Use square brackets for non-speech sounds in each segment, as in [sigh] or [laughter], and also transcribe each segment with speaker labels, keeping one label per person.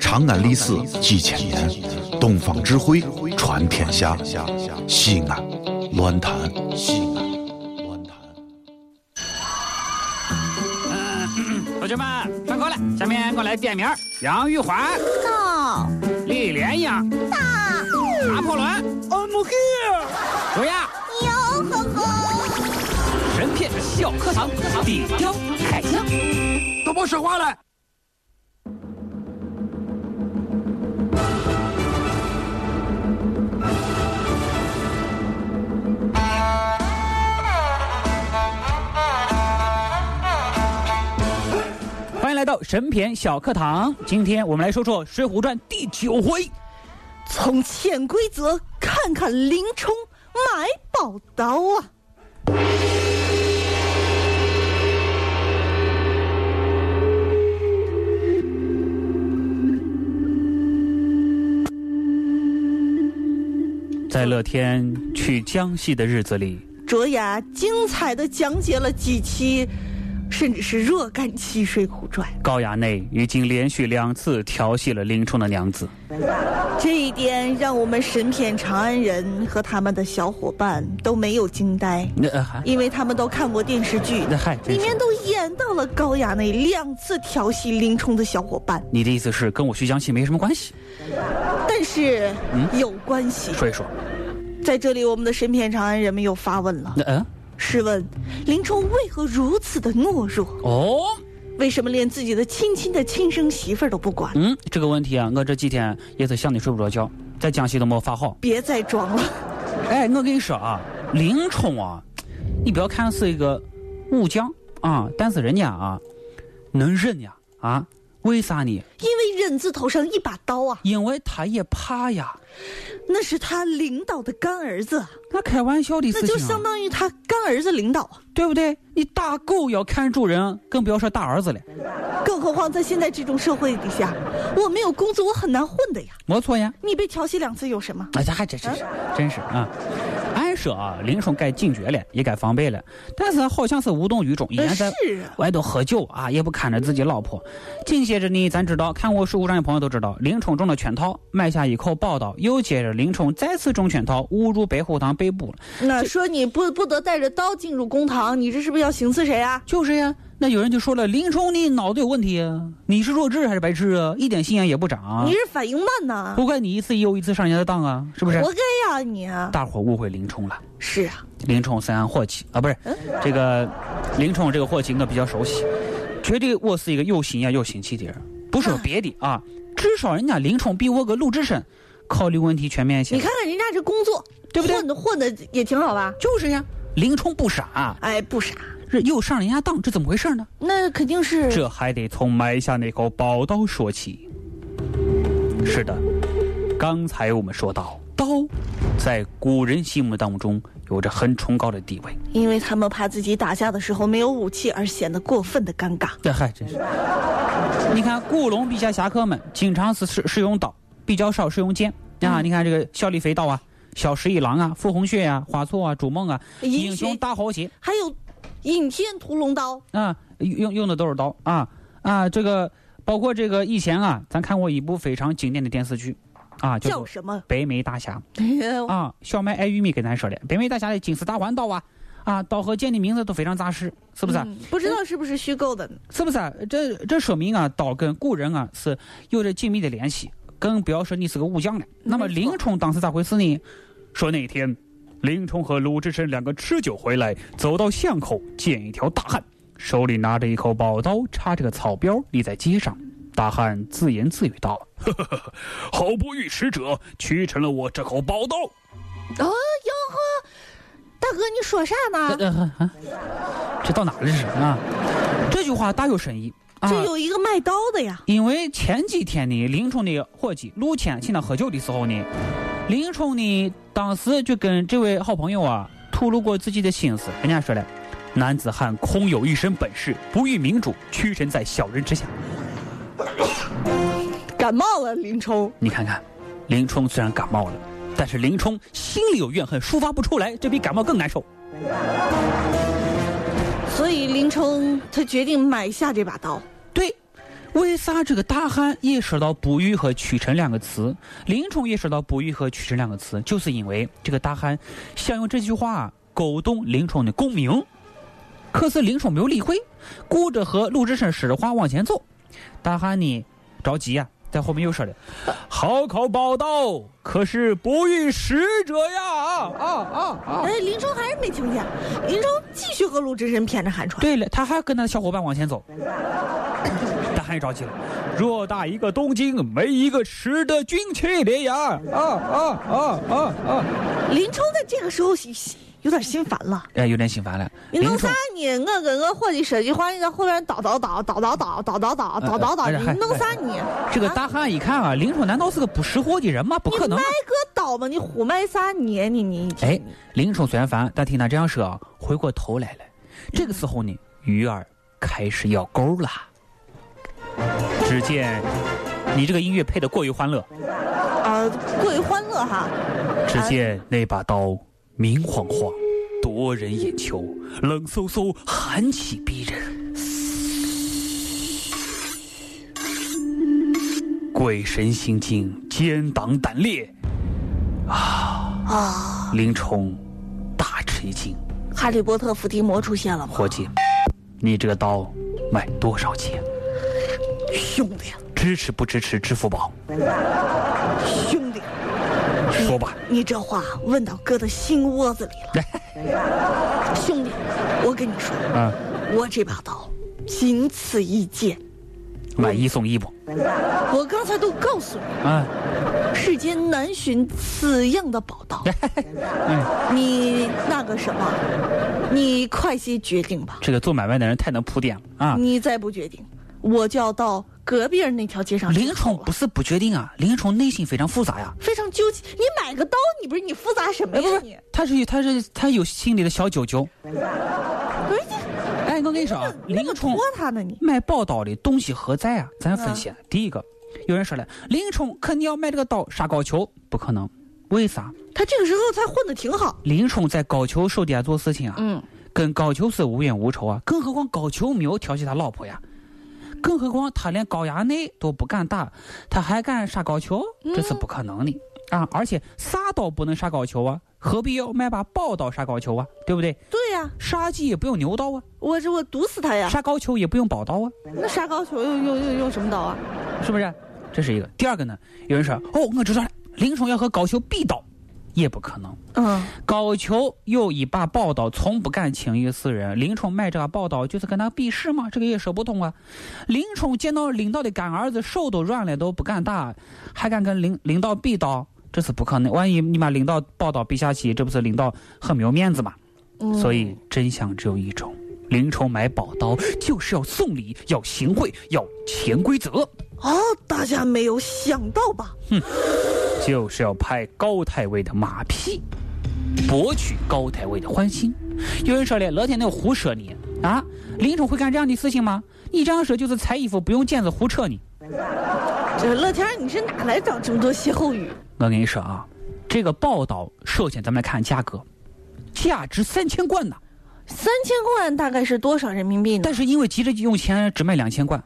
Speaker 1: 长安历史几千年，东方智慧传天下。西安，乱谈西安，乱谈。
Speaker 2: 同学们，上课了，下面给我来点名儿：杨玉环、
Speaker 3: 到
Speaker 2: 李莲英、
Speaker 3: 大
Speaker 2: 拿破仑、I'm here。主呀，
Speaker 3: 哟呵呵，
Speaker 2: 神片小课堂，底雕开箱。都别说话了。欢迎来到神片小课堂，今天我们来说说《水浒传》第九回。
Speaker 4: 从潜规则看看林冲买宝刀啊！
Speaker 2: 在乐天去江西的日子里，
Speaker 4: 卓雅精彩的讲解了几期，甚至是若干期《水浒传
Speaker 2: 高衙内已经连续两次调戏了林冲的娘子。》，
Speaker 4: 这一点让我们神片长安人和他们的小伙伴都没有惊呆，
Speaker 2: 那呃还
Speaker 4: 因为他们都看过电视剧，
Speaker 2: 那嗨，
Speaker 4: 里
Speaker 2: 真
Speaker 4: 面
Speaker 2: 是。
Speaker 4: 都演到了高衙内两次调戏林冲的小伙伴，
Speaker 2: 你的意思是跟我去江西没什么关系？
Speaker 4: 但是有关系。
Speaker 2: 说一说。
Speaker 4: 在这里，我们的神片长安人们又发问了：
Speaker 2: 那嗯
Speaker 4: 试问，林冲为何如此的懦弱？
Speaker 2: 哦
Speaker 4: 为什么连自己的亲亲的亲生媳妇儿都不管？
Speaker 2: 嗯，这个问题啊，我这几天也是想的睡不着觉，在江西都没有发好。
Speaker 4: 别再装了，
Speaker 2: 哎，我跟你说啊，林冲啊，你不要看是一个武将啊，但是人家啊能忍呀啊，为啥呢？
Speaker 4: 因为忍字头上一把刀啊，
Speaker 2: 因为他也怕呀。
Speaker 4: 那是他领导的干儿子啊，
Speaker 2: 那开玩笑的事
Speaker 4: 那
Speaker 2: 情、啊，
Speaker 4: 就相当于他干儿子领导啊。
Speaker 2: 对不对？你打狗要看主人，更不要说打儿子了。
Speaker 4: 更何况在现在这种社会底下，我没有工作，我很难混的呀。
Speaker 2: 没错呀，
Speaker 4: 你被调戏两次有什么？
Speaker 2: 哎，这还真
Speaker 4: 嗯
Speaker 2: 真是，真是啊。按说啊，林冲该警觉了，也该防备了，但是好像是无动于衷，依然在
Speaker 4: 是啊
Speaker 2: 外头喝酒啊，也不看着自己老婆。紧接着呢，咱知道看过《水浒传》的朋友都知道，林冲中了圈套，买下一口宝刀。又接着林冲再次中圈套，误入白虎堂被捕了。
Speaker 4: 那说你不不得带着刀进入公堂，你这是不是要行刺谁啊？
Speaker 2: 就是呀，那有人就说了，林冲你脑子有问题啊，你是弱智还是白痴啊？一点信仰也不长
Speaker 4: 你，是反应慢呐、
Speaker 2: 啊不怪你一次又一次上人家的当啊，是不是？
Speaker 4: 活该呀、你啊！
Speaker 2: 大伙误会林冲了。
Speaker 4: 是啊，
Speaker 2: 林冲深谙火气啊，不是，这个林冲这个火气我比较熟悉，绝对我是一个啊有心眼、有心气的人。不说别的啊，至少人家林冲比我个鲁智深考虑问题全面一些
Speaker 4: 你。看看人家这工作，
Speaker 2: 对不对
Speaker 4: 混的混的也挺好吧？
Speaker 2: 就是呀，林冲不傻，
Speaker 4: 哎，不傻，
Speaker 2: 这又上人家当，这怎么回事呢？
Speaker 4: 那肯定是
Speaker 2: 这还得从埋下那口宝刀说起。是的，刚才我们说到，刀在古人心目当中有着很崇高的地位。
Speaker 4: 因为他们怕自己打架的时候没有武器而显得过分的尴尬。
Speaker 2: 这还真是。你看古龙笔下侠客们，经常是使使用刀，比较少使用剑啊。你看这个小李飞刀啊，小十一郎啊，傅红雪啊，花错啊，朱梦啊，
Speaker 4: 银
Speaker 2: 英雄
Speaker 4: 雪
Speaker 2: 大豪杰
Speaker 4: 还有倚天屠龙刀，
Speaker 2: 啊，用用的都是刀啊啊，这个包括这个以前啊，咱看过一部非常经典的电视剧啊，叫
Speaker 4: 叫
Speaker 2: 做《
Speaker 4: 什么？
Speaker 2: 白眉大侠》。
Speaker 4: 哎哦
Speaker 2: 啊，小麦爱玉米跟咱说的，北美大侠的金丝大环刀啊，啊，刀和剑的名字都非常扎实，是
Speaker 4: 不
Speaker 2: 不是啊？
Speaker 4: 嗯不知道是不是虚构的呢？
Speaker 2: 是不是啊？这这说明啊，刀跟古人啊是有着紧密的联系，更不要说你是个武将了。那么林冲当时咋回事呢？说那天，林冲和鲁智深两个吃酒回来，走到巷口，见一条大汉，手里拿着一口宝刀，插着个草标，立在街上。大汉自言自语道：“好不遇使者，屈成了我这口宝刀。
Speaker 4: 啊哟呵，大哥你说啥呢？
Speaker 2: 呃啊这到哪儿了这是啊？这句话大有深意啊！
Speaker 4: 这有一个卖刀的呀，
Speaker 2: 因为前几天呢，林冲的伙计陆谦请他喝酒的时候呢，林冲呢当时就跟这位好朋友啊吐露过自己的心思，人家说了，男子汉空有一身本事，不遇明主，屈身在小人之下。
Speaker 4: 感冒了林冲，
Speaker 2: 你看看，林冲虽然感冒了，但是林冲心里有怨恨，抒发不出来，这比感冒更难受。
Speaker 4: 所以林冲他决定买下这把刀。
Speaker 2: 对，为啥这个大汉意识到“捕鱼”和“取成”两个词，林冲意识到“捕鱼”和“取成”两个词，就是因为这个大汉想用这句话勾动林冲的共鸣。可是林冲没有理会，顾着和鲁智深使着话往前走。大汉呢着急呀、在后面又说了：“ [laughs] 好口宝刀，可是不遇使者呀！”啊啊啊！
Speaker 4: 哎，林冲还是没听见，林冲继续和鲁智深谝着寒
Speaker 2: [laughs]
Speaker 4: 川。
Speaker 2: 对了，他还跟他的小伙伴往前走。 [coughs] 大汉也着急了，偌大一个东京，没一个吃的军器的呀！
Speaker 4: 哦
Speaker 2: 啊啊啊啊啊！
Speaker 4: 林冲在这个时候心有点心烦了。
Speaker 2: 哎，有点心烦了。
Speaker 4: 你弄
Speaker 2: 林
Speaker 4: 啥
Speaker 2: 冲，
Speaker 4: 你？我跟我伙计说句话，你在后边叨叨叨叨叨叨叨叨叨叨叨
Speaker 2: 哎哎
Speaker 4: 叨，
Speaker 2: 哎
Speaker 4: 你弄啥你？
Speaker 2: 这个大汉一看啊，林冲难道是个不识货的人吗？不可
Speaker 4: 你
Speaker 2: 能
Speaker 4: 卖
Speaker 2: 啊。
Speaker 4: 个刀吗？你胡卖啥你你你？你
Speaker 2: 哎，林冲虽然烦，但听他这样说啊，回过头来了。
Speaker 4: 嗯
Speaker 2: 这个时候呢，鱼儿开始咬钩了。只见你这个音乐配的过于欢乐，
Speaker 4: 啊，过于欢乐哈。
Speaker 2: 只见那把刀明晃晃，夺人眼球，冷飕飕，寒气逼人。鬼神心惊，奸党胆裂啊！林冲大吃一惊，
Speaker 4: 哈利波特伏地魔出现了吗？
Speaker 2: 伙计，你这个刀卖多少钱？哎
Speaker 4: 兄弟，啊
Speaker 2: 支持不支持支付宝？
Speaker 4: 兄弟，啊
Speaker 2: 说吧。 [laughs]
Speaker 4: 你这话问到哥的心窝子里了。兄弟，我跟你说，
Speaker 2: 啊，
Speaker 4: 我这把刀仅此一剑。
Speaker 2: 买一送一不？
Speaker 4: 我刚才都告诉你，
Speaker 2: 啊，
Speaker 4: 世间难寻此样的宝
Speaker 2: [laughs]
Speaker 4: 刀。你那个什么，你快些决定吧。
Speaker 2: 这个做买卖的人太能铺垫了啊！
Speaker 4: 你再不决定，我就要到隔壁儿那条街上去
Speaker 2: 林冲
Speaker 4: 走了
Speaker 2: 不是不决定啊，林冲内心非常复杂呀。
Speaker 4: 非常纠结。你买个刀，你不是你复杂什么
Speaker 2: 哎，
Speaker 4: 呀
Speaker 2: 不？
Speaker 4: 你
Speaker 2: 是，他是他是他有心里的小九九。
Speaker 4: 不是你
Speaker 2: 哎，我跟你说啊，林
Speaker 4: 那个
Speaker 2: 冲
Speaker 4: 拖他呢你？
Speaker 2: 卖宝刀的东西何在啊？咱分析啊，
Speaker 4: 嗯
Speaker 2: 第一个，有人说了，林冲肯定要卖这个刀杀高俅，不可能，为啥？
Speaker 4: 他这个时候他混的挺好。
Speaker 2: 林冲在高俅手底下做事情啊，
Speaker 4: 嗯，
Speaker 2: 跟高俅是无冤无仇啊，更何况高俅没有调戏他老婆呀，更何况他连高衙内都不敢打，他还敢杀高俅，这是不可能的、啊！而且啥刀不能杀高俅啊，何必要卖把宝刀杀高俅啊？对不对？
Speaker 4: 对呀、
Speaker 2: 杀鸡也不用牛刀啊，
Speaker 4: 我这我毒死他呀！
Speaker 2: 杀高俅也不用宝刀啊，
Speaker 4: 那杀高俅又又又用什么刀啊？
Speaker 2: 是不是？这是一个。第二个呢，有人说哦，我知道了，林冲要和高俅比刀，也不可能。
Speaker 4: 嗯，
Speaker 2: 高俅有一把宝刀，从不敢轻易示人。林冲买这把宝刀，就是跟他比试嘛，这个也说不通啊。林冲见到领导的干儿子手都软了，都不敢打，还敢跟领领导比刀，这是不可能。万一你把领导宝刀比下去，这不是领导很没有面子嘛？
Speaker 4: 嗯
Speaker 2: 所以真相只有一种：林冲买宝刀就是要送礼，要行贿，要潜规则，
Speaker 4: 哦，大家没有想到吧？
Speaker 2: 就是要拍高太尉的马屁。博取高太尉的欢心。有人说了，老天那胡扯你啊！林冲会干这样的事情吗？你这样说就是裁衣服不用剪子胡扯你。
Speaker 4: 这乐天儿，你是哪来找这么多歇后语？
Speaker 2: 我跟你说啊，这个报道首先咱们来看价格，价值三千贯呐，
Speaker 4: 三千贯大概是多少人民币呢？
Speaker 2: 但是因为急着用钱，只卖两千贯。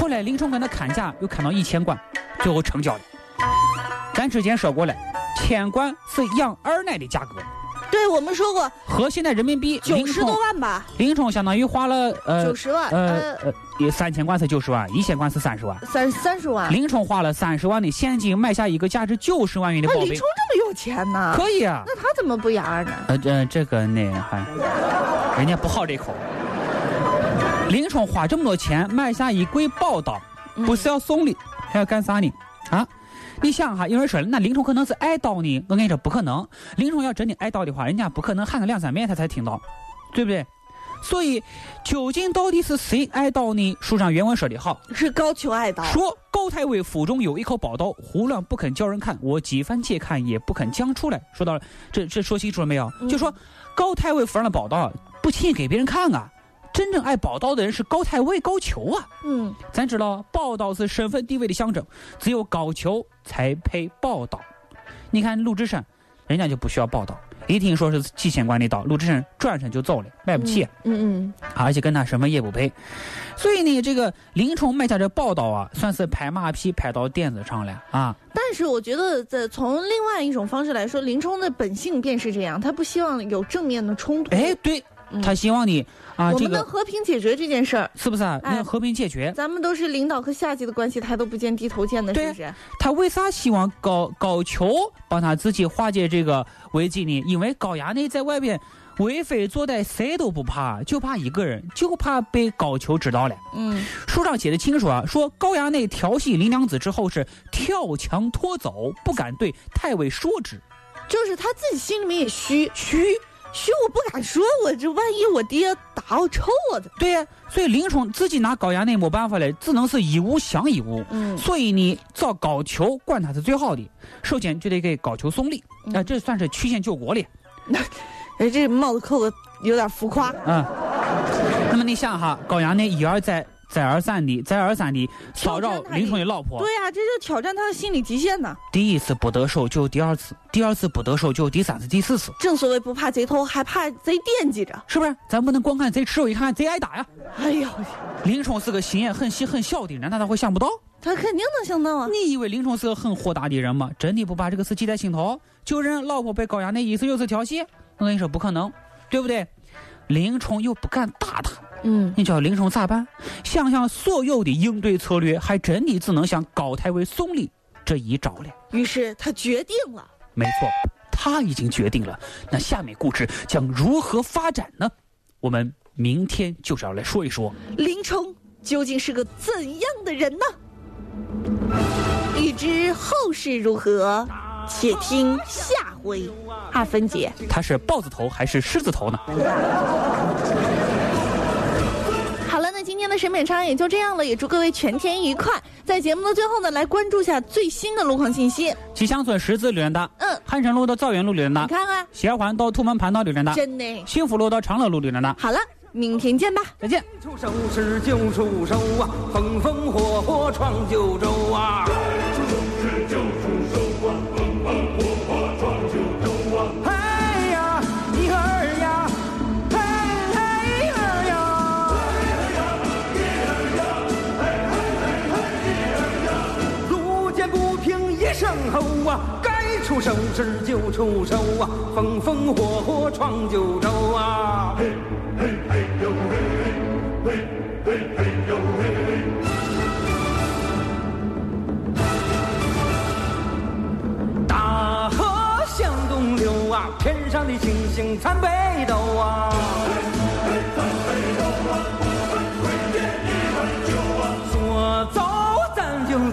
Speaker 2: 后来林冲跟他砍价，又砍到一千贯，最后成交了。咱之前说过了，千贯是养二奶的价格，
Speaker 4: 对我们说过
Speaker 2: 和现在人民币
Speaker 4: 九十
Speaker 2: 林冲
Speaker 4: 多万吧，
Speaker 2: 林冲相当于花了呃
Speaker 4: 九十万，
Speaker 2: 呃
Speaker 4: 呃，
Speaker 2: 呃，也三千贯是九十万，一千贯是三十万。
Speaker 4: 三三十万。
Speaker 2: 林冲花了三十万的现金买下一个价值九十万元的
Speaker 4: 那
Speaker 2: 宝
Speaker 4: 林
Speaker 2: 贝
Speaker 4: 冲，这么有钱呢？
Speaker 2: 可以啊。
Speaker 4: 那他怎么不养呢？
Speaker 2: 呃呃，这个那还，人家不好这口。林冲花这么多钱买下一柜宝刀，
Speaker 4: 嗯
Speaker 2: 不是要送礼，还要干啥呢？啊？你想哈，有人说了，那林冲可能是爱刀呢。我跟你说，不可能。林冲要真的爱刀的话，人家不可能喊个两三遍他才听到，对不对？所以，究竟到底是谁爱刀呢？书上原文说的好，
Speaker 4: 是高俅爱刀。
Speaker 2: 说高太尉府中有一口宝刀，胡乱不肯叫人看，我几番借看也不肯将出来。说到了这这说清楚了没有？就说高太尉府上的宝刀啊不轻易给别人看啊，真正爱宝刀的人是高太尉高俅啊。
Speaker 4: 嗯，
Speaker 2: 咱知道宝刀是身份地位的象征，只有高俅才配宝刀。你看鲁智深，人家就不需要宝刀，李挺说是季县官吏到，鲁智深转身就走了，买不起。
Speaker 4: 嗯
Speaker 2: 而且跟他什么也不赔，所以呢，这个林冲买下这宝刀啊，算是拍马屁拍到点子上了啊。
Speaker 4: 嗯，但是我觉得，在从另外一种方式来说，林冲的本性便是这样，他不希望有正面的冲突。
Speaker 2: 哎，对，他希望你啊，
Speaker 4: 嗯我
Speaker 2: 这
Speaker 4: 们能
Speaker 2: 个
Speaker 4: 和平解决这件事儿，
Speaker 2: 是不是啊？
Speaker 4: 哎
Speaker 2: 能和平解决。
Speaker 4: 咱们都是领导和下级的关系，他都不见低头见的，
Speaker 2: 对啊
Speaker 4: 是不是？
Speaker 2: 他为啥希望高高俅帮他自己化解这个危机呢？因为高衙内在外边为非作歹，谁都不怕，就怕一个人，就怕被高俅知道了。
Speaker 4: 嗯，
Speaker 2: 书上写的清楚啊，说高衙内调戏林娘子之后是跳墙脱走，不敢对太尉说之。
Speaker 4: 就是他自己心里面也虚虚虚，我不敢说，我这万一我爹打我抽我的，
Speaker 2: 对呀、所以林冲自己拿高衙内没办法了，只能是一物降一物。
Speaker 4: 嗯
Speaker 2: 所以你找高俅管他是最好的，首先就得给高俅送礼，啊、
Speaker 4: 嗯
Speaker 2: 这算是曲线救国了。
Speaker 4: 哎，这帽子扣的有点浮夸，
Speaker 2: 嗯，那么你想哈，高衙内一而再、再而三的、再而三的骚扰林冲的老婆，
Speaker 4: 对呀、这就挑战他的心理极限呐。
Speaker 2: 第一次不得手就第二次，第二次不得手就第三次、第四次，
Speaker 4: 正所谓不怕贼偷，还怕贼惦记着。
Speaker 2: 是不是？咱不能光看贼吃肉，一看贼挨打呀。
Speaker 4: 哎呀，
Speaker 2: 林冲是个心眼很细很小的人，难道他会想不到？
Speaker 4: 他肯定能想到啊。
Speaker 2: 你以为林冲是个很豁达的人吗？真的不把这个事记在心头，就认老婆被高衙内一次又一次调戏？我跟你说不可能，对不对？林冲又不敢打他，
Speaker 4: 嗯，
Speaker 2: 你叫林冲咋办？想想所有的应对策略，还真的只能向高太尉送礼这一招了。
Speaker 4: 于是他决定了。
Speaker 2: 没错，他已经决定了。那下面故事将如何发展呢？我们明天就是要来说一说。
Speaker 4: 林冲究竟是个怎样的人呢？欲知后事如何，且听下回。二芬姐，
Speaker 2: 他是豹子头还是狮子头呢？
Speaker 4: 好了，那今天的审美超人也就这样了，也祝各位全天愉快。在节目的最后呢，来关注一下最新的路况信息。
Speaker 2: 吉祥村十字柳连大，
Speaker 4: 嗯，
Speaker 2: 汉城路到枣园路柳连大
Speaker 4: 你，看看，
Speaker 2: 斜环到土门盘到柳连大，
Speaker 4: 嗯真的。
Speaker 2: 幸福路到长乐路柳连大。
Speaker 4: 好了，明天见吧。
Speaker 2: 再见。
Speaker 5: 出手时就出手啊，风风火火闯九州啊！出手时就出手啊，风风火火闯九州啊！嗨呀，一儿呀，嘿嘿一儿呀，路见不平一声吼啊，该出手时就出手啊，风风火火闯九州啊！大河向东流啊，天上的星星参北斗啊。说走咱就